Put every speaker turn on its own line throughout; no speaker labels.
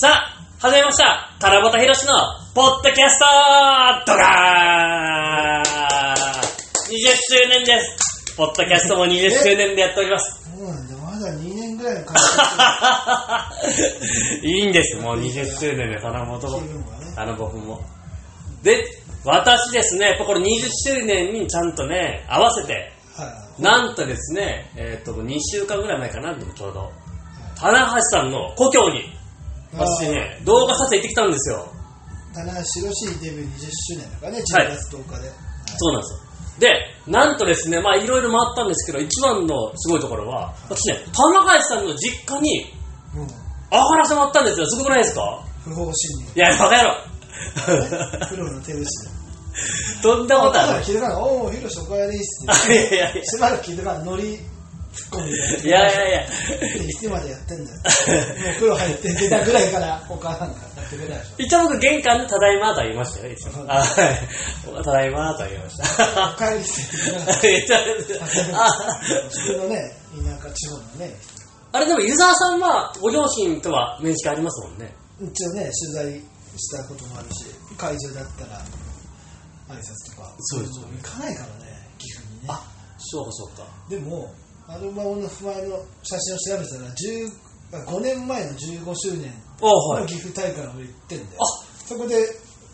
始めましたタラボタヒロシのポッドキャストドカーン !20 周年ですポッドキャストも20周年でやっております。
そうなんだ、まだ2年ぐらいの感覚
いいんです、もう20周年でタラボとも
気分 がね。
あの僕も。で、私ですね、やっぱこれ20周年にちゃんとね、合わせて、
はい
なんとですね、えっ、と、2週間ぐらい前かな、でもちょうど、棚橋さんの故郷に、私ね、動画撮影行ってきたんですよ。
棚橋宏デビュー20周年だからね、10月10日で。はい
そうなんですよ。で、なんとですね、まあいろいろ回ったんですけど、一番のすごいところは、私ね、棚橋さんの実家に、
うん。
あはらせ回ったんですよ。すごくないですか
不法侵入
いや、バカ野郎。
プロの手口で。
とんだことあ
だから
る。
聞いてから、おお、ヒロシおかえりっす
あいやいやい
ね。しばらく聞いてから、ノリツッコミ
や。い
で。
やいやいや。
いつまでやってんだよ。もうプロ入って出たぐらいから、お母さんからやってくれないでしょ。
一応僕玄関でただいまとは言いましたよ、いつも。あはい。ただいまとは言いました。
おかえりっすね。
一応あ
普通のね、田舎地方のね、
あれでも湯沢さんはご両親とは面識ありますもんね。
一応ね、取材したこともあるし、会場だったら挨拶とか、
そうです
行かないからね、岐阜にね。
あ、そうかそうか。
でも、アルバムの前の写真を調べたら、10あ5年前の15周年
あ、は
の
い。
岐阜大会を行ってんで、
あ
そこで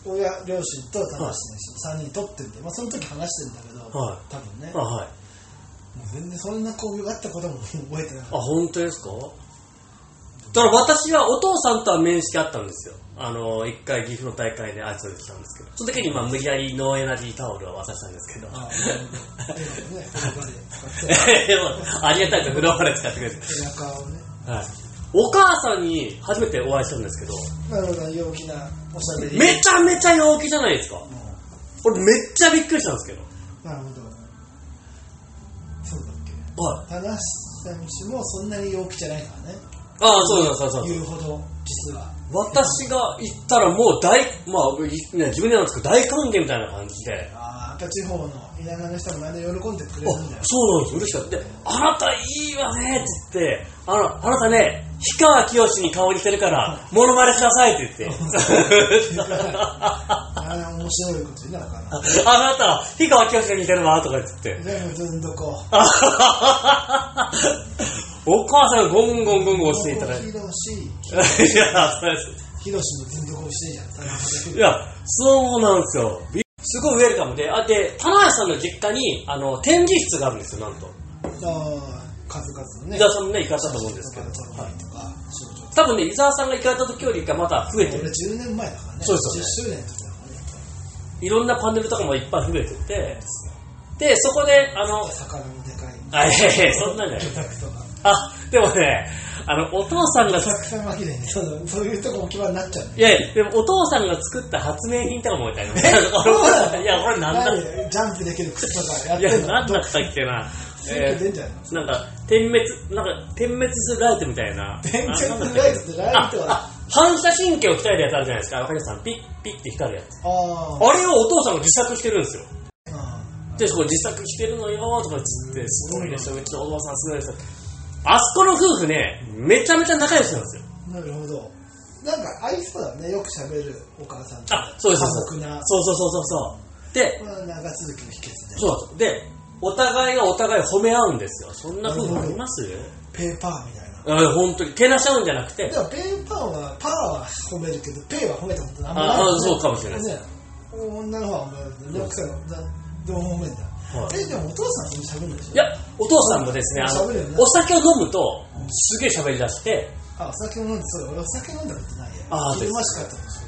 親、両親と田中さん3人撮ってんで、まあ、その時話してんだけど、
はい
多分ね、
あ、
もう
はい。
全然そんな交流があったことも覚えて なか
あ、
っ
本当ですかだから私はお父さんとは面識あったんですよ。あの、一回岐阜の大会で挨拶来たんですけど、その時にまあ無理やりノーエナジータオルを渡したんですけど。
た。ああ、でもね、風呂場で使って、
でもありがたいと風呂場で使ってくれて。
背中をね。
はい。お母さんに初めてお会いしたんですけど、
なるほど、陽気なおしゃべり。
めちゃめちゃ陽気じゃないですか
う。ん
俺めっちゃびっくりしたんですけど。
なるほど。そうだっけ。
はい。
話した虫もそんなに陽気じゃないからね。
ああ、そうなんですそうなんです
言うほど、実は。
私が行ったらもう大、まあ、いね自分でなんですけど、大歓迎みたいな感じで。
ああ、やっぱ地方の田舎の人もみんな喜んでくれ
あ
るんだよ。
そうなんです、嬉しかった。で、あなたいいわねって言って、あの、あなたね、氷川きよしに顔似てるから、モノマネしなさいって言って。 あ
ああ、面白いこと言うなのかな。
なた、氷川きよしが似てるわとか言って。
全部ずんどこ。
あははははお母さんがゴンゴンゴンゴン押していた だいて。
ひろし、
いや、そうです。
ひろしもずんどこ欲しいじゃん。田中さん
いや、そうなんですよ。すごいウェルカムで、あ、で、棚橋さんの実家に、あの、展示室があるんですよ、なんと。
ああ、数々のね。
伊沢さんもね、行かれたと思うんですけど。
と
はい
か、少女。
多分ね、伊沢さんが行かれた時よりかまた増えて
俺
る。
10年前だからね。
そうです
10周年の時だからね。
いろんなパネルとかもいっぱい増えてて、で、そこで、あの、
魚のでかい。
あ、いやいやいやそんなんじゃない。
タクトが。
あ、でもね、あの、お父さんが
たくさん紛れにそうだそういうとこ置き場になっちゃうね
いやいや、でもお父さんが作った発明品とかも置いてあり ます。いや、これなんだ
何ジャンプできる靴とかやっ
いや
てん、の
なんだったっけな。
選挙出んじゃないの
なんか、点滅、なんか、点滅するライトみたいな。
点滅
あなんだっ
す
け
るライトってライトは
あ、あ反射神経を鍛えるやつあるじゃないですか。わかりますかピッ、ピッって光るやつ。
あ
あれをお父さんが自作してるんですよ。
あ
で、こう自作してるのよとかつって、すごいですよ。うちのお父さんすごいですよ。あそこの夫婦ね、めちゃめちゃ仲良しなんですよ。
なるほどなんか合いそうだねよく喋るお母さんと
あ、そうです。そうです
家族な
そうそうそうそうそう。で、
これは長続きの秘訣で
そうなんですよ。で、お互いがお互い褒め合うんですよ。そんな夫婦あります
ペーパーみたいな
うん、本当に。けなし合うんじゃなくて
で、もペーパーはパーは褒めるけどペーは褒めたことあんまない
ああ、そうかもしれないです。
ね女の方は褒める奥さんがどうも褒めんだ
はい
えでもお父さんはそんな喋るんでしょ
いや、お父さんもですね、あの
喋るよね、
お酒を飲むと、すげえ喋り出して、
あお酒を飲んでそうだ俺お酒飲んだことないや
あー
昼間しかやったことない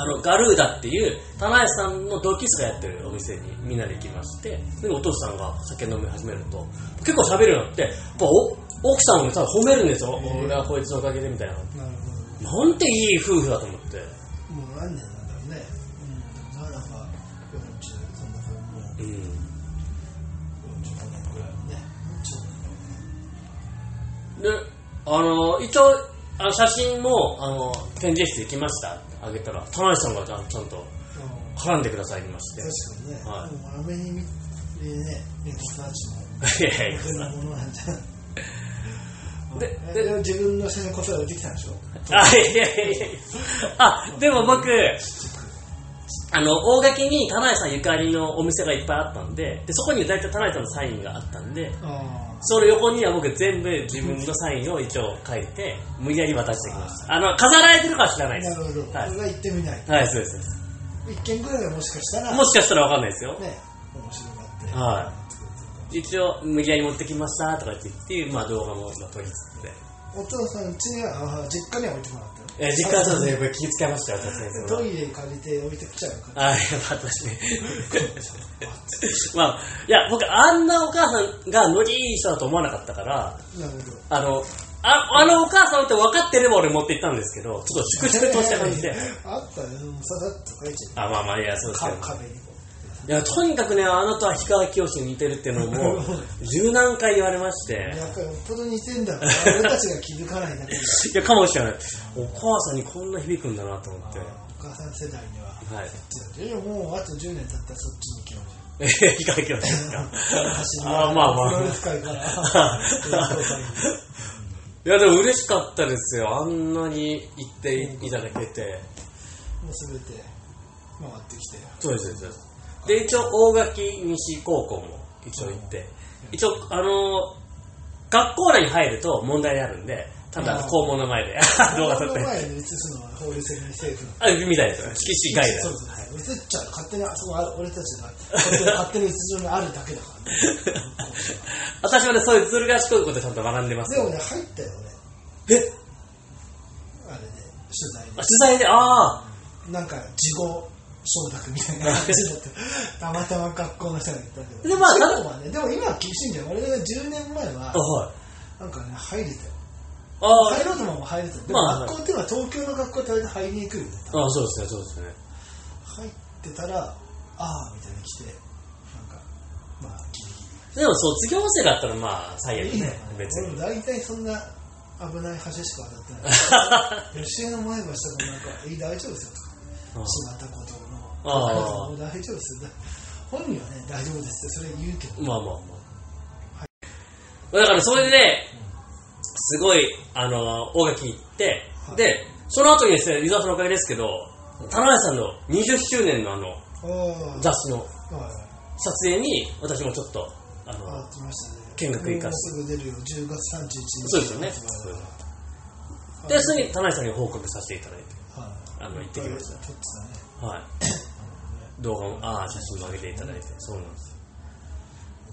あの、ガルーダっていう、棚橋さんの同級生がやってるお店にみんなで行きまして、で、お父さんがお酒飲み始めると、結構喋るようになって、やっぱお奥さんも多分褒めるんですよ。
へえ
俺はこいつのおかげでみたいな。
なるほど
なんていい夫婦だと思って。
もう何年なんだろうね。うん、ならば40、そんな感
うん。
じ、もう45年ぐらいね。そう
で、あの、一応、あの写真も、あの、展示室行きました。あげたら、棚橋さんがちゃんちゃんと
だね。
絡んでくださいまして。
確かにね、
はい
もうアメに見てね、エゴサーチも
いやいや
こんなものなんじゃない。
で
え
で
でも自分の写真の答えを出てきたんでしょ
あ、いやいやいやあ、でも僕、あの、大垣に田内さんゆかりのお店がいっぱいあったんで、でそこに大体田内さんのサインがあったんで、
あ
その横には僕全部自分のサインを一応書いて、無理やり渡してきました。あの、飾られてるかは知らない
あ
で
な
す。
るほど、これ
はい
は行ってみない
はい、そうですそうです。
一件ぐらいはもしかしたらね
もしかしたらわかんないですよ。
面白がって
は一応、無理やり持ってきましたとかって言って、まあ動画もまあ撮りつつで。
お父さん家にはあ実家には置いてもらったの
え、実家はそうですね、僕気遣いましたよ、さすがにそれは
トイレ借りて置いてきちゃうから
あ、いや、私 ね。まあ、いや、僕、あんなお母さんがノリいい人だと思わなかったから、
なるほど
あの、ああのお母さんって分かってれば俺持って行ったんですけど、ちょっと粛々とした感じで。
あったよささっと書いち
あ、まあまあ、いや、そうです
ゃ
け
う
ど。
壁に
いや、とにかくね、あなたは氷川きよしに似てるっていうのをもう、十何回言われまして。
やっぱりよっぽど似てんだろうな俺たちが気づかないだけで
いや、かもしれない。お母さんにこんな響くんだなと思 って。は
お母さん世代にはこ
い。
っちだよもうあと10年経ったらそっちに行きましょう
え、氷川きよしですかあ、まあまあ。
プロレ ス界から
いやでも嬉しかったですよあんなに行っていただけて
もうすべて回ってきて
そうですそうですで一応大垣西高校も一応行って一応あのー学校内に入ると問題になるんでただ校門の前 で動画撮っ
この
て
前に移すのは法律的にセーフ
あみたいですね色紙外
そうそうそう移っちゃう勝手にあそこある俺たちが勝 手に勝手に移すのにあるだけだからね
私はねそういうずる賢いことちゃんと学んでます
で
よ
もね入ったよね
え
あれで取材
あ取材でああ
でなんか事後承諾みたいな 感じだったたまたま学校の人が言ったけど
でまあ
事後はねでも今は厳しいんだよ俺がね10年前は
あはい
なんかね入れたよ
あ
入ろうと思えば入れたよでも
まあ
学校っていうのは東京の学校って割と入りにくいよね
ああそうですねそうですね
入ってたらああみたいに来てなんかまあギリギリ
でも卒業生だったらまあ最悪
いいね
ね別に
俺も大体そんな危ない橋しか渡っ てない吉江の前橋とかもなんか「え大丈夫ですよ」
あ
とか
あ
島田ことの
ああ
もう大丈夫ですよ」本人はね大丈夫ですってそれ言うけど
まあまあまあ。だからそれでね、すごい、あの、大垣行って、
はい
で、その後にですね、リザーのおかげですけど、田辺さんの20周年のあの、
ああ
雑誌の
あ
撮影に、私もちょっと、あの、
あ来ましたね
見学行か
もう
せ
すぐ出るよ10月31日
そうですよね
はい
で、すぐに田辺さんに報告させていただいて、
は
あ
い
の行ってきました
いっぱい撮ってたね
はい。動画も、ああ、写真も上げていただいて、そうなんです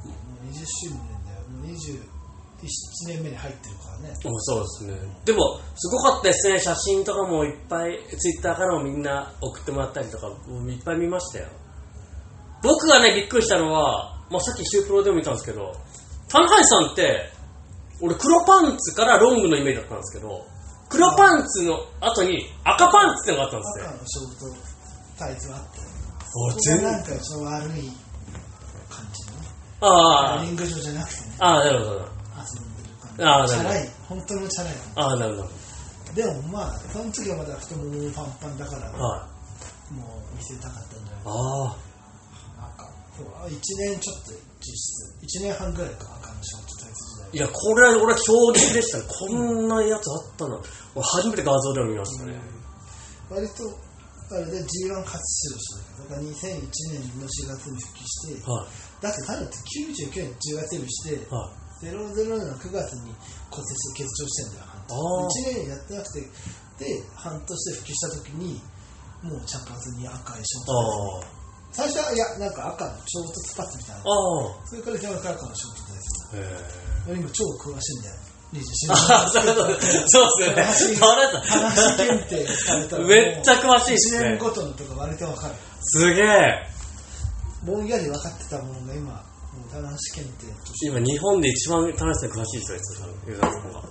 よ。
もう20周年だよもう21年目に入ってるからね
おそうですね。でも、すごかったですね。写真とかもいっぱい、ツイッターからもみんな送ってもらったりとか、もういっぱい見ましたよ。僕がね、びっくりしたのは、まあ、さっきシュープロでも見たんですけど、田中さんって、俺黒パンツからロングのイメージだったんですけど、黒パンツの後に赤パンツってのがあったんです
赤
よ。
のショートタイツはあったよ
お
それがなんかその悪い感じのね
あ
リング上じゃなくてね
あ、ああ、なるほど。
遊んでる感じ
ああ
チ
なるほ
ャ
ど
ラい本当のチャラい
ああ、なるほ
でもまあその時はまだ太もももパンパンだから
ど。はい。
もう見せたかったんじゃないか
ああ。
な赤1年ちょっと実質1年半ぐらいか赤のショートタイツ時代
いや、これ、俺は衝撃でしたね。こんなやつあったの。俺、初めて画像でも見ましたね。
割とあれで G1 初出場したんだけどだから2001年の4月に復帰して
は
だって彼って99年10月デビューして
い。はい。
ゼロゼロの9月に骨折して欠場してんだよ
あー
1年やってなくてで半年で復帰した時にもう茶髪に赤いショー
ああ。
ト最初はいやなんか赤のショートスパッツみたいな
ああ。
それからジャマカ赤のショートです
へえ。
俺今超詳しいんだよ
ああ、そう
24
そうそうですよね。あなた
話検定されたらもう
めっちゃ詳しいです
1
ね
年。ごとのとか割と分かる
すげえ。
ぼんやり分かってたものが今もう棚橋検定として
今、日本で一番田中さん詳しいですよ、多分ユーザーさんが。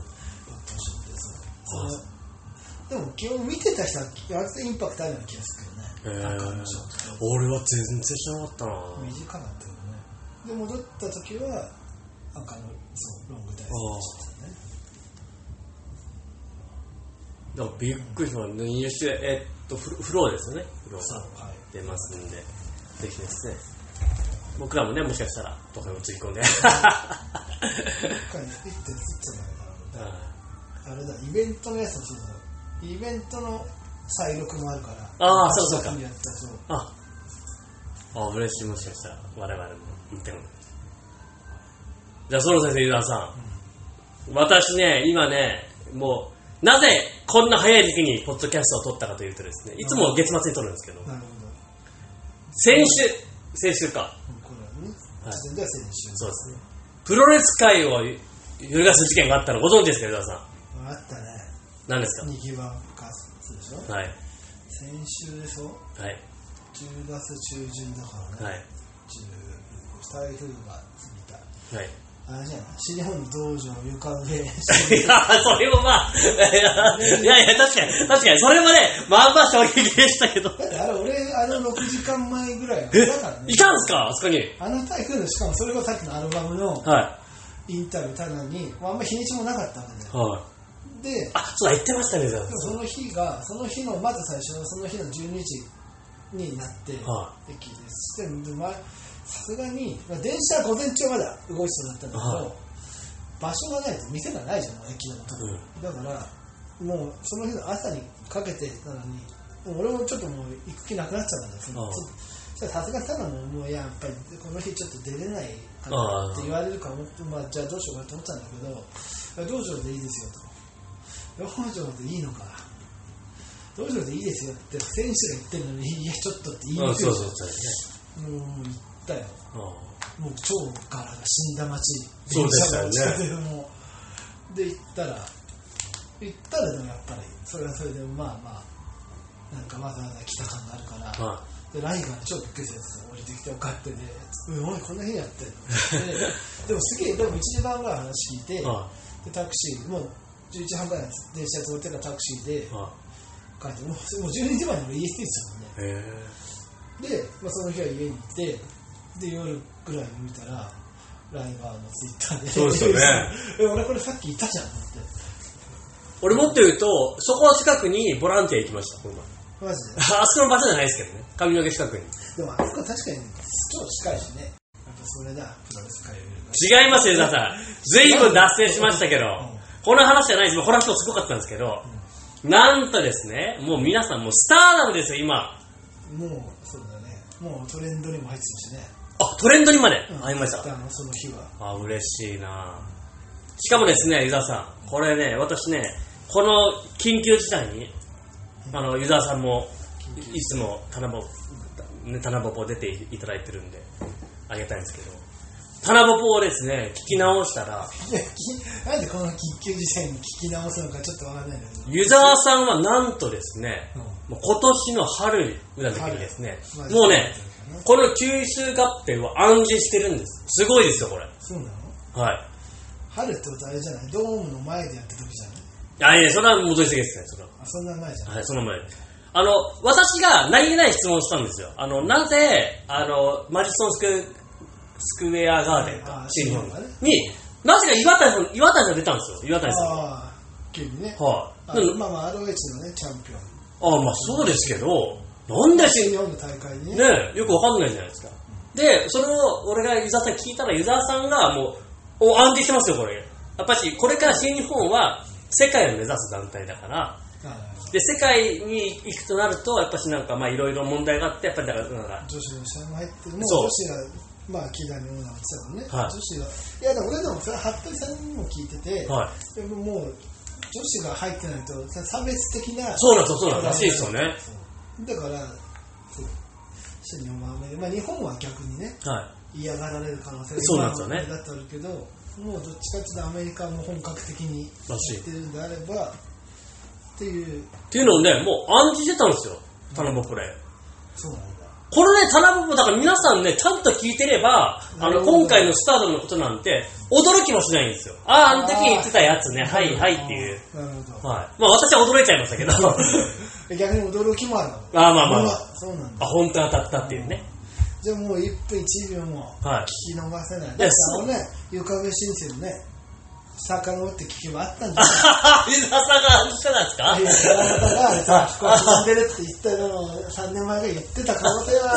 そうでも基本見てた人は割とインパクトあるような気がするよね
へー
赤のショート
俺は全然知らなかったな。あ
短かったよねで戻った時は赤のそうロングダイスでしたね
あ。だからびっくりしました。入手、えっと、フロフローですよね。フロー。
そうはい
出ますんで、ぜひですね。僕らもね、もしかしたら、どこにもつぎ込んで。
一回ね一点ずつなのかなあれだイベントのやつもそうだイベントの再録もあるから
あーそうかそうか
先にやったそう
あ、あ、嬉しいもしかしたら、我々も言っても。じゃあ、そろ先生、伊沢さん。私ね、今ね、もう、なぜこんな早い時期にポッドキャストを撮ったかというとですね、いつも月末に撮るんですけど、
なるほど
先週、先週か、
これはね実践では先週
そうですね、プロレス界を揺るがす事件があったのご存知ですか、伊沢さん。
あったね
何です
にぎわうかつでしょ
かはい。
先週でしょ
はい。
10月中旬だからね、
はい。
10タイトルが過ぎた
はい。
あれじゃない新日本道場床上
いや、それもまあ、 いやいや、確かに、確かに、それもね、まあまあ衝撃でしたけど。
だってあれ俺あの6時間前ぐらいは
え
だからね
いたんすかあそこに。はい。
あの台風のしかもそれがさっきのアルバムのインタビューただに、まあ、あんま日にちもなかったわけだよ
はい。
で
あ、そうだ、言ってましたね、じゃあ
でもその日がその日のまず最初のその日の12時になって、
は
駅でそしてでまあさすがに、まあ、電車は午前中まだ動いてそうだったんだけど、
はい
場所がないと店がないじゃんもう駅のとこ、
う
だからもうその日の朝にかけてなのにもう俺もちょっともう行く気なくなっちゃったんだよそ
あ
の
あ
ちょっとそしたらさすがにただもうもういややっぱりこの日ちょっと出れないかなって言われるから思って、まあ、じゃあどうしようかなと思ったんだけどいや道場でいいですよと道場でいいのか道場でいいですよって選手が言ってるのにいやちょっとって言い
うん。
に
あ
くい
そうそう、そう
もう行ったよ
で
もう超ガラが死んだ街
そうでしたよね
電車が近くでもうで行ったら行ったらでもやっぱりそれはそれでまあまあなんかわざわざ来た感があるから、
すね。は
でライガーに超びっくりしたやつ降りてきておかってで「うんおいこんな日やってんので」でもすげえでも1時間ぐらい話聞いて、
い。は
でタクシーもう11時半ぐらいの電車通ってからタクシーで
い。は
帰ってもうもう12時前に俺家着いてたもんね
い。へえ。
で、まあ、その日は家に行ってで夜ぐらいに見たらライバーのツイッターで
そう ですよね
え俺これさっきいたじゃんと思って
俺もっと言うと、そこの近くにボランティア行きました、この前。
マジ で
あそこの場所じゃないですけどね。髪の毛近くに。
でもあそこ確かに超近いしねやっぱそれだプロレス界を見る
違いますよ、伊沢 さん。ずいぶん脱線しましたけど
うん、
この話じゃないです。この話もすごかったんですけど、なんとですね、もう皆さんもうスターなんですよ、今。
もうそうだねもうトレンドにも入ってたしね
あ、トレンドにまで
うん
会いました。
あのその日は
あ、嬉しいなしかもですね、湯沢さん。これね、私ね、この緊急事態に、あの、湯沢さんも、いいつも、棚ぼ、ね、棚ぼぽ出ていただいてるんで、あげたいんですけど、棚ぼぽをですね、聞き直したら、
いやきなんでこの緊急事態に聞き直すのかちょっとわかんないんだけど
湯沢さんはなんとですね、
うん
もう今年の春に、うなずきにですね
春、
もうね
まあ、
この吸収合併を暗示してるんです。すごいですよ、これ。
そうなの
はい。
春ってことあれじゃないドームの前でやった時じゃない
あ、いやいやそれは戻りすぎですね、それは。
あそんな前じゃない
はい、その前にあの、私が何気ない質問をしたんですよ。あの、なぜ、あの、マジソンスクスクエアガーデン
あ
か
ー、
新日本
新日本がね
に、なぜか岩谷さん、岩谷さん出たんですよ。岩谷さんが。
ああ急にね
はい、
あ
で
のまあまあ ROH のねチャンピオン
あ、まあそうですけど、なんで
新
新
日本の大会にね
ねよくわかんないじゃないですか。で、それを俺が湯沢さんに聞いたら、湯沢さんがもう、お、安定してますよ、これ。やっぱし、これから新日本は世界を目指す団体だから、
あ
で世界に行くとなるとやっぱしなんかまあいろいろ問題があってやっぱりだからなんか
女子の試合も入ってもう
そう
女子がまあ木谷のようなのってたもんね、
はい
女子がいやでも俺でもそれは服部さんにも聞いてて、
はい
でももう女子が入ってないと差別的な
そうなんですよそうなんですらしいですよね
そうだからそう新日本はあんまり、まあ、日本は逆にね
は
嫌がられる可能性
そうなんですよね
まあだったけどもうどっちかっていうとアメリカも本格的に
らしい
やってるんであればっていう
いっていうのをねもう暗示してたんですよ田中これ
そうなんだ
これね田中もだから皆さんねちゃんと聞いてればあ
な
の
るほど
今回のスタートのことなんて驚きもしないんですよあああの時言ってたやつねはいはいっていう
なるほど
はいまあ私は驚いちゃいました けどあ
逆に驚きもあるの
あまあまあ
うわそうなんだ
本当に当たったって いうね
じゃあもう1分1秒も
はい
聞き逃せない、
い
だ
や
って
そ
あ
う
のね床上申請もね遡って聞けばあったんじ
あ
ゃ
はは水沢さんが暗示してたんですか
ないですかあなたが飛行機死んでるって言ったのを3年前が言ってた可能性は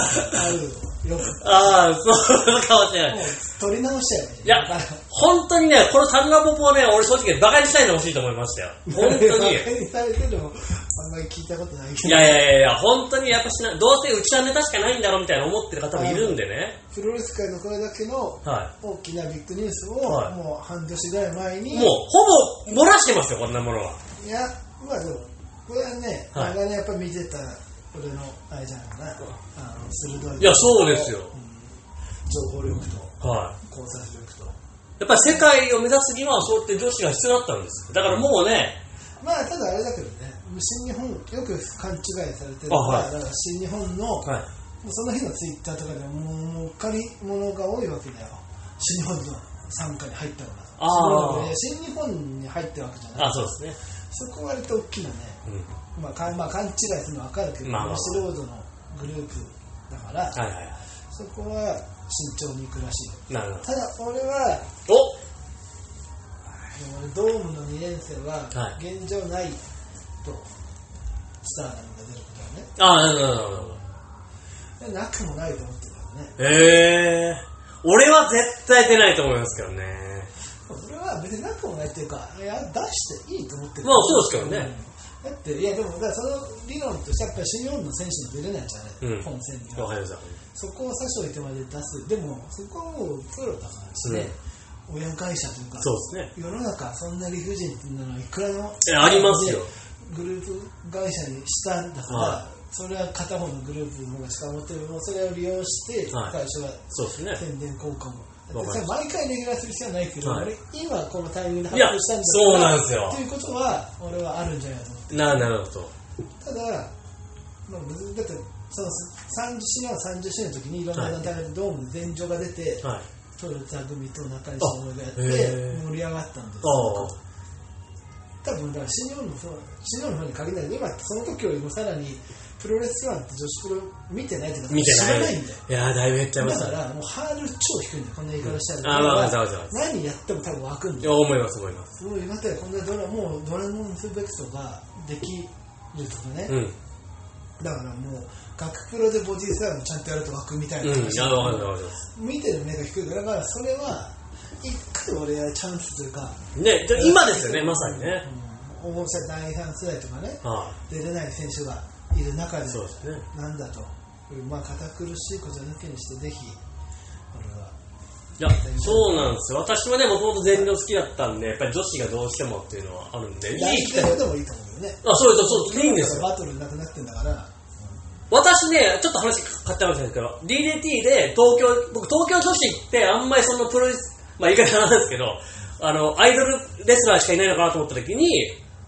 あるよよく
ああ、そう かもしれない
も。う取り直し
い
ちゃ
や
えばいいだか、
本当にね、このサンラポポをね、俺正直バカにしたいの欲しいと思いましたよ。
ら
本当 に。
バカにされてるのもあんまり聞いたことないけど
いやいやいやいや、本当にやっぱしな、どうせうちはネタしかないんだろうみたいな思ってる方もいるんでね。
プロレス界のこれだけの
は
大きなビッグニュースを、
はい
もう半年ぐらい前
い。
に
もう、ほぼ漏らしてますよ、こんなものは。
いやまあでもこれはね、
はい
長年やっぱ見てた俺のあれじゃないかな、あの鋭い
いやそうですよ
うん情報力と
はい。
考察力と
やっぱり世界を目指すには、そうやって女子が必要だったんですよ。だからもうね、
まあただあれだけどね新日本よく勘違いされてるから、
あはい
だから新日本の、
はい。
その日のツイッターとかでももう借り物が多いわけだよ新日本の傘下に入ったのが
あー
そういうので新日本に入ってるわけじゃない
あ、そうです
そこ割と大きなね、
ね。うん。
まあ、かまあ勘違いするのは分かるけど、
まあまあ
ロスロードのグループだから、
はいはいは
そこは慎重にいくらしいよ
い。なるほ
ただ俺は
ど。
俺ドームの2年生は
は
現状ないとスターダムが出るこ
お
とはね
ああ、なるほどなるほど。
でなくもないと思ってたからね
ええ俺は絶対出ないと思いますけどね。
俺は別になくもないっていうかいや出していいと思ってる
まあそうですけどね
うんだっていやでもだからその理論としてやっぱり新日本の選手も出れないじゃない、
うん
本戦に
わ
は
かりました。
そこを差し置いてまで出すでもそこはもうプロだからですね、親会社というか
そうですね。
世の中そんな理不尽なのはいくらでも
えありますよ
グループ会社にしたんだから、
は
それは片方のグループの方がしか持ってるもうそれを利用して
はい
会社は
そうですね。
宣伝効果も、
わかり
でそれ毎回レギュラーする必要はないけど、
はい
俺今このタイミングで発表したん
いやそう
だから
なんですよ
ということは俺はあるんじゃないかと思
ななるほど。
うただ、まあ、むだってその30周年は30周年の時にいろんな団体がドーム全場が出て、
はい。
トヨタ組と中西のがやって
あへー
盛り上がったんです
ああ
よ多分だから新日本もそう新日本の方に限らず今その時よりもさらにプロレスワンって女子プロ見てないっていうか
見て
知ら
な。
ないいんだよ
やー、だいぶ減っちゃいま
だ
し
か
たね。
らもうハードル超低いんだよこんな言い方した
うんあまあまあ
だ
そ
か
うそう
ら何やっても多分湧くん
いや、
だよ
思います、思います。
もう今ってこんなドラもうドラゴンズベクトができるとかね、
うん。
だからもう学プロでボディースラムちゃんとやると湧くみたい
うん。
ない話
や、わかります、わかります。
見てる目が低いからだからそれは一回俺はチャンスというか
ね、じゃあ今ですよね、まさにね。、
うん、応募者第3世代とかね
は
出れない選手がいる中
い。
で
そうですね。
なんだとまあ堅苦しいこと抜けにしてぜひ俺はい
や、そうなんですよ。私もね、もともと全量好きだったんで、やっぱり女子がどうしてもっていうのはあるんで、いい機会。あ、
でもいいと思うよね
そうそう、そう、いいんですよ。
バトルなくなってんだから、
私ね、ちょっと話変わっちゃうんですけど、DDT で東京、僕東京女子ってあんまりそのプロレス、まあ言い方なんですけど、あの、アイドルレスラーしかいないのかなと思った時に、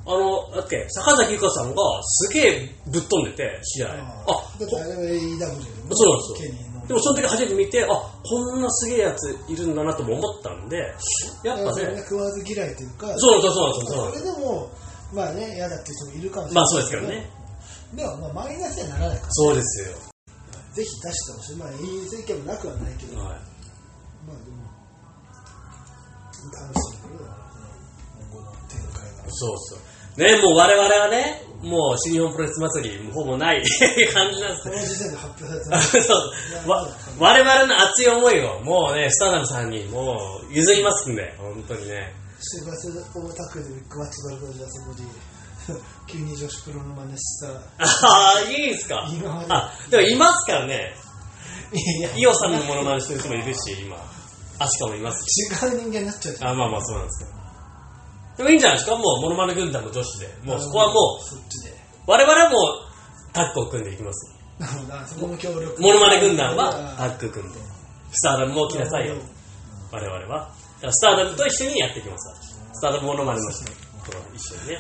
あの、だっけ、坂崎由香さんがすげえぶっ飛んでて、試合。あ、
だってあれは AEW でも
そうなんです
ケ
よ
ニーの。
でもその時初めて見て、あ、こんなすげえやついるんだなとも思ったんで、やっぱ
そんな
ね、
食わず嫌いというか
そうそうそうそう
それでもまあね嫌だっていう人もいるかもしれない
まあそうですけどね。
でもまあマイナスにはならないから
そうですよ。
ぜひ出してほしいまあいい意見もなくはないけど、
はい。
まあでも、楽しみだよ、今後の展開 が。
そうそう。ね、もう我々はね、もう新日本プロレス祭り、ほぼない 感じなんです
こ
よ
の時点で発表されて
あ
ます。
そうわ我々の熱い思いをもうねスターダムさんにもう譲りますんで本当にね
週末、大田区でビッグマッチバルドジャーそこで、急に女子プロの真似した。
ああいいんすか
今まで
あでもいますからね
いやい
伊代さんのモノマネしてる人もいるし今アシカもいますし
や、違う人間になっちゃうじゃん。
あまあまあそうなんですけどでもいいんじゃないですかもうモノマネ軍団も女子でもうそこはも
う。そっちで。
う我々はもうタッグを組んでいきます
なるほどな、そこも協力。
モノマネ軍団はタ
あ
ッグ組んでスターダムも来なさいよ我々はだからスターダムと一緒にやっていきますスターダムモノマネの人と一緒にね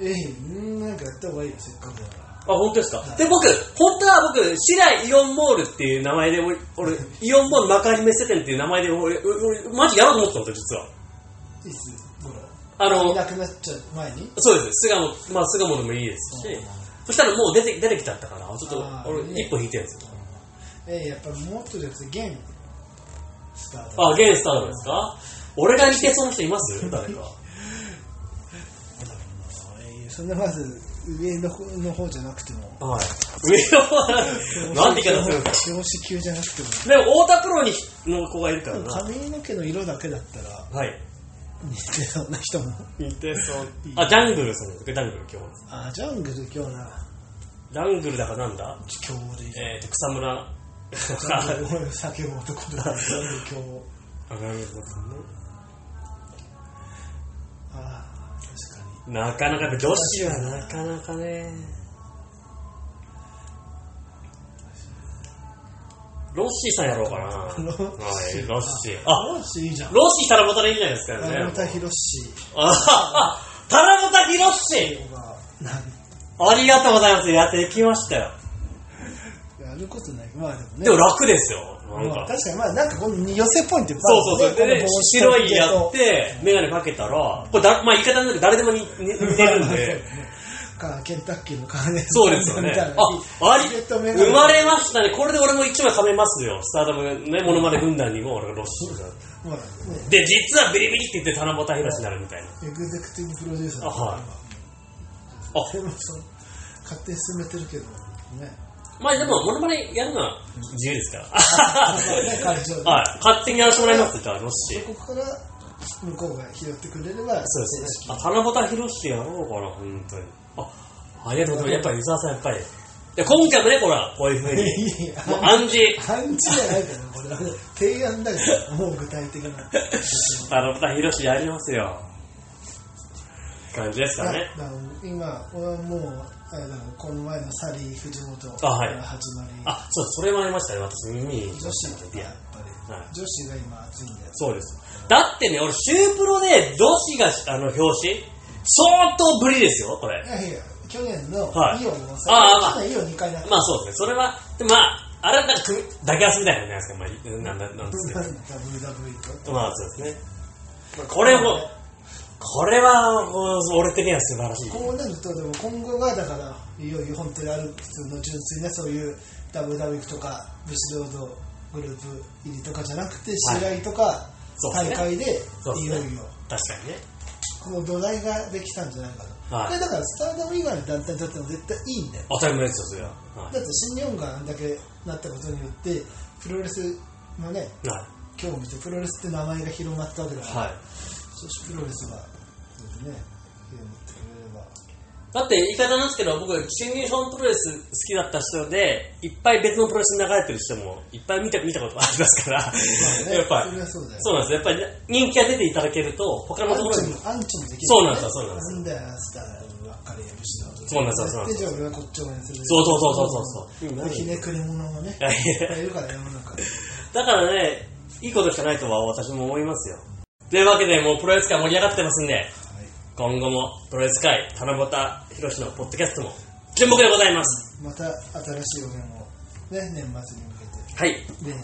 えい、うんなんかやった方がいいよ、せっかくだから。
あ、本当ですか、で、僕、本当は僕、市内イオンモールっていう名前で、俺、俺イオンモール幕張メッセ店っていう名前で、俺、俺俺マジやろうと思ってたんですよ、
いつ頃
実は。あ
い
の、
なくなっちゃう前に
そうです。巣鴨、まあ、巣鴨でもいいですし、そしたらもう出て、出てきちゃったから、ちょっ
あ
と、
ー
俺、
いいね
一歩引いてるんですよ。
ええやっぱりもっとじゃなくて現スタート
あ、ゲンスターですか俺が似てそうな人います誰か。
そんなまず上の方の方じゃなくても
はい。上の方なんなんて言い方するんです
教師級じゃなくても
かでも、太田プロにの子がいるからな。
髪の毛の色だけだったら
はい。
似てそうな人も
似てそう。あ、ジャングルさんですね。ジャングル今日。
あジャングル今日な
ジャングルだからなんだ
今日でいい
えっ、ー、と、草村。あ、
ジャングル俺酒を男だからジャングル今
な
日
るほどね。
ああ確かに
なかなか、女子はなかなかね。ロッシーさんやろうかな。はい、ロ
ロッシー
ッシー。あ、
ロッシーいいじゃん
ロッシーたらぼたでいいじゃないですかね。
ラムタヒロシ
ああ、たらぼたひろっし
がなん
ありがとうございます。やっていきましたよ。
やることないまあでもね
でも楽ですよ。なん
まあ、
か。
確かにまあなんかこの寄せポイントいっぱい
そうそう
あ
そ
る
う。
もんね
で、白いやっ
この帽子と
て、メガネかけたら、これだ、まあ言い方なんだけど、誰でも似似似てるんで。
かケンタッキーのカーネーシ
そうですよね。あ、あり、生まれましたね。これで俺も一枚噛めますよ。スターダムね、モノマネ軍団にも俺がロッシーが。
ほらね
で、実はビリビリって言って、七夕ひろしになるみたいな。
エグゼクティブプロデューサーだ
あはい
今でもそう勝手に進めてるけどね
まあでも、モノマネやるのは自由です から。
ね会場で
はい。勝手にやらせてもらいます、じゃあ、ロッシー。
そこから向こうが拾ってくれれば
そうですね。あ、七夕ひろしやろうかな、本当に。あ、ありがとうございます。やっぱり、伊沢さん、やっぱり。で、今回もね、ほら、こういうふう
正式に
に。
いや
もう暗示。
感じじゃないかなこれは提案だけどもう具体的 な
七夕ひろしやりますよ。感じですかね。
だだ今俺はもうあれだこの前のサリー藤本
あはい
始まり、
あ、そう、それもありましたね、私、耳に。
女子
い
がや
や
っ、ぱり、
はい
女子が今熱いんだよ
そうです。だってね、俺、シュープロで女子が、あの、表紙、相当ぶりですよ、これ
い。やいや去年の
はい
イオンのさ、
ああ
去年イオン2回だった
まあ、そうですね。それは、でまあ、あれはなんか、組抱き合わせみたいなんじゃないですか、まあ、なんなんなんですけど。
WWE と
まあそうですね。これも、これは、こう俺的には素晴らしい。
こうなるとでも今後がだからいよいよ本当にある普通の純粋なそういう WWE とか武士道道グループ入りとかじゃなくて試合とか
そうです
大
ね
会で
そうで
い
す
よ
ね
いよ
確かにね。
この土台ができたんじゃないかと、
はい
これだからスターダム以外の団体にとっても絶対いいんだよ
当たり前ですよ、それは。は
だって新日本があんだけなったことによってプロレスのね
い。は
興味とプロレスって名前が広まったわけだ
い
から、
はい
女子プロレスがそれでね広まってくれれ ば
だって言い方なんですけど、僕、新日本プロレス好きだった人で、いっぱい別のプロレスに流れてる人も、いっぱい見た見たことがありますから、やっぱ
それ
り、
はそうだよ
そうなんですよ。やっぱりね人気が出ていただけると、他のところにも。
アンチもできる
そうなんですよそうなんですよ
なんだよスターばっかりやるし
そうなんですよそうなんです
じゃあ俺はこっちを応援する
そうそうそうそうそうそう
でひねくれ者もね
いやいや
いるから世の中に
だからね、いいことしかないとは私も思いますよ。というわけで、もうプロレス界盛り上がってますんで、
はい
今後もプロレス界、七夕ひろしのポッドキャストも注目でございます。
また新しい予言をね年末に向けて
はい。
練習に向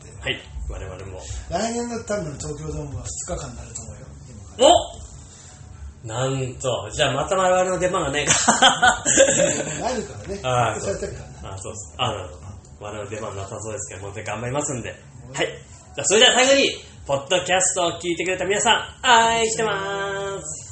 けて
はい。我々も。
来年の多分東京ドームは2日間になると思うよ今から
おなんと、じゃあまた我々の出番がねえ か。
あるからね。
あー
そうやってるからな。
あ、そうです。あ、なるほど。我々の出番なさそうですけど、もう頑張りますんで。はい。じゃあそれでは最後に、ポッドキャストを聞いてくれた皆さん、愛してます。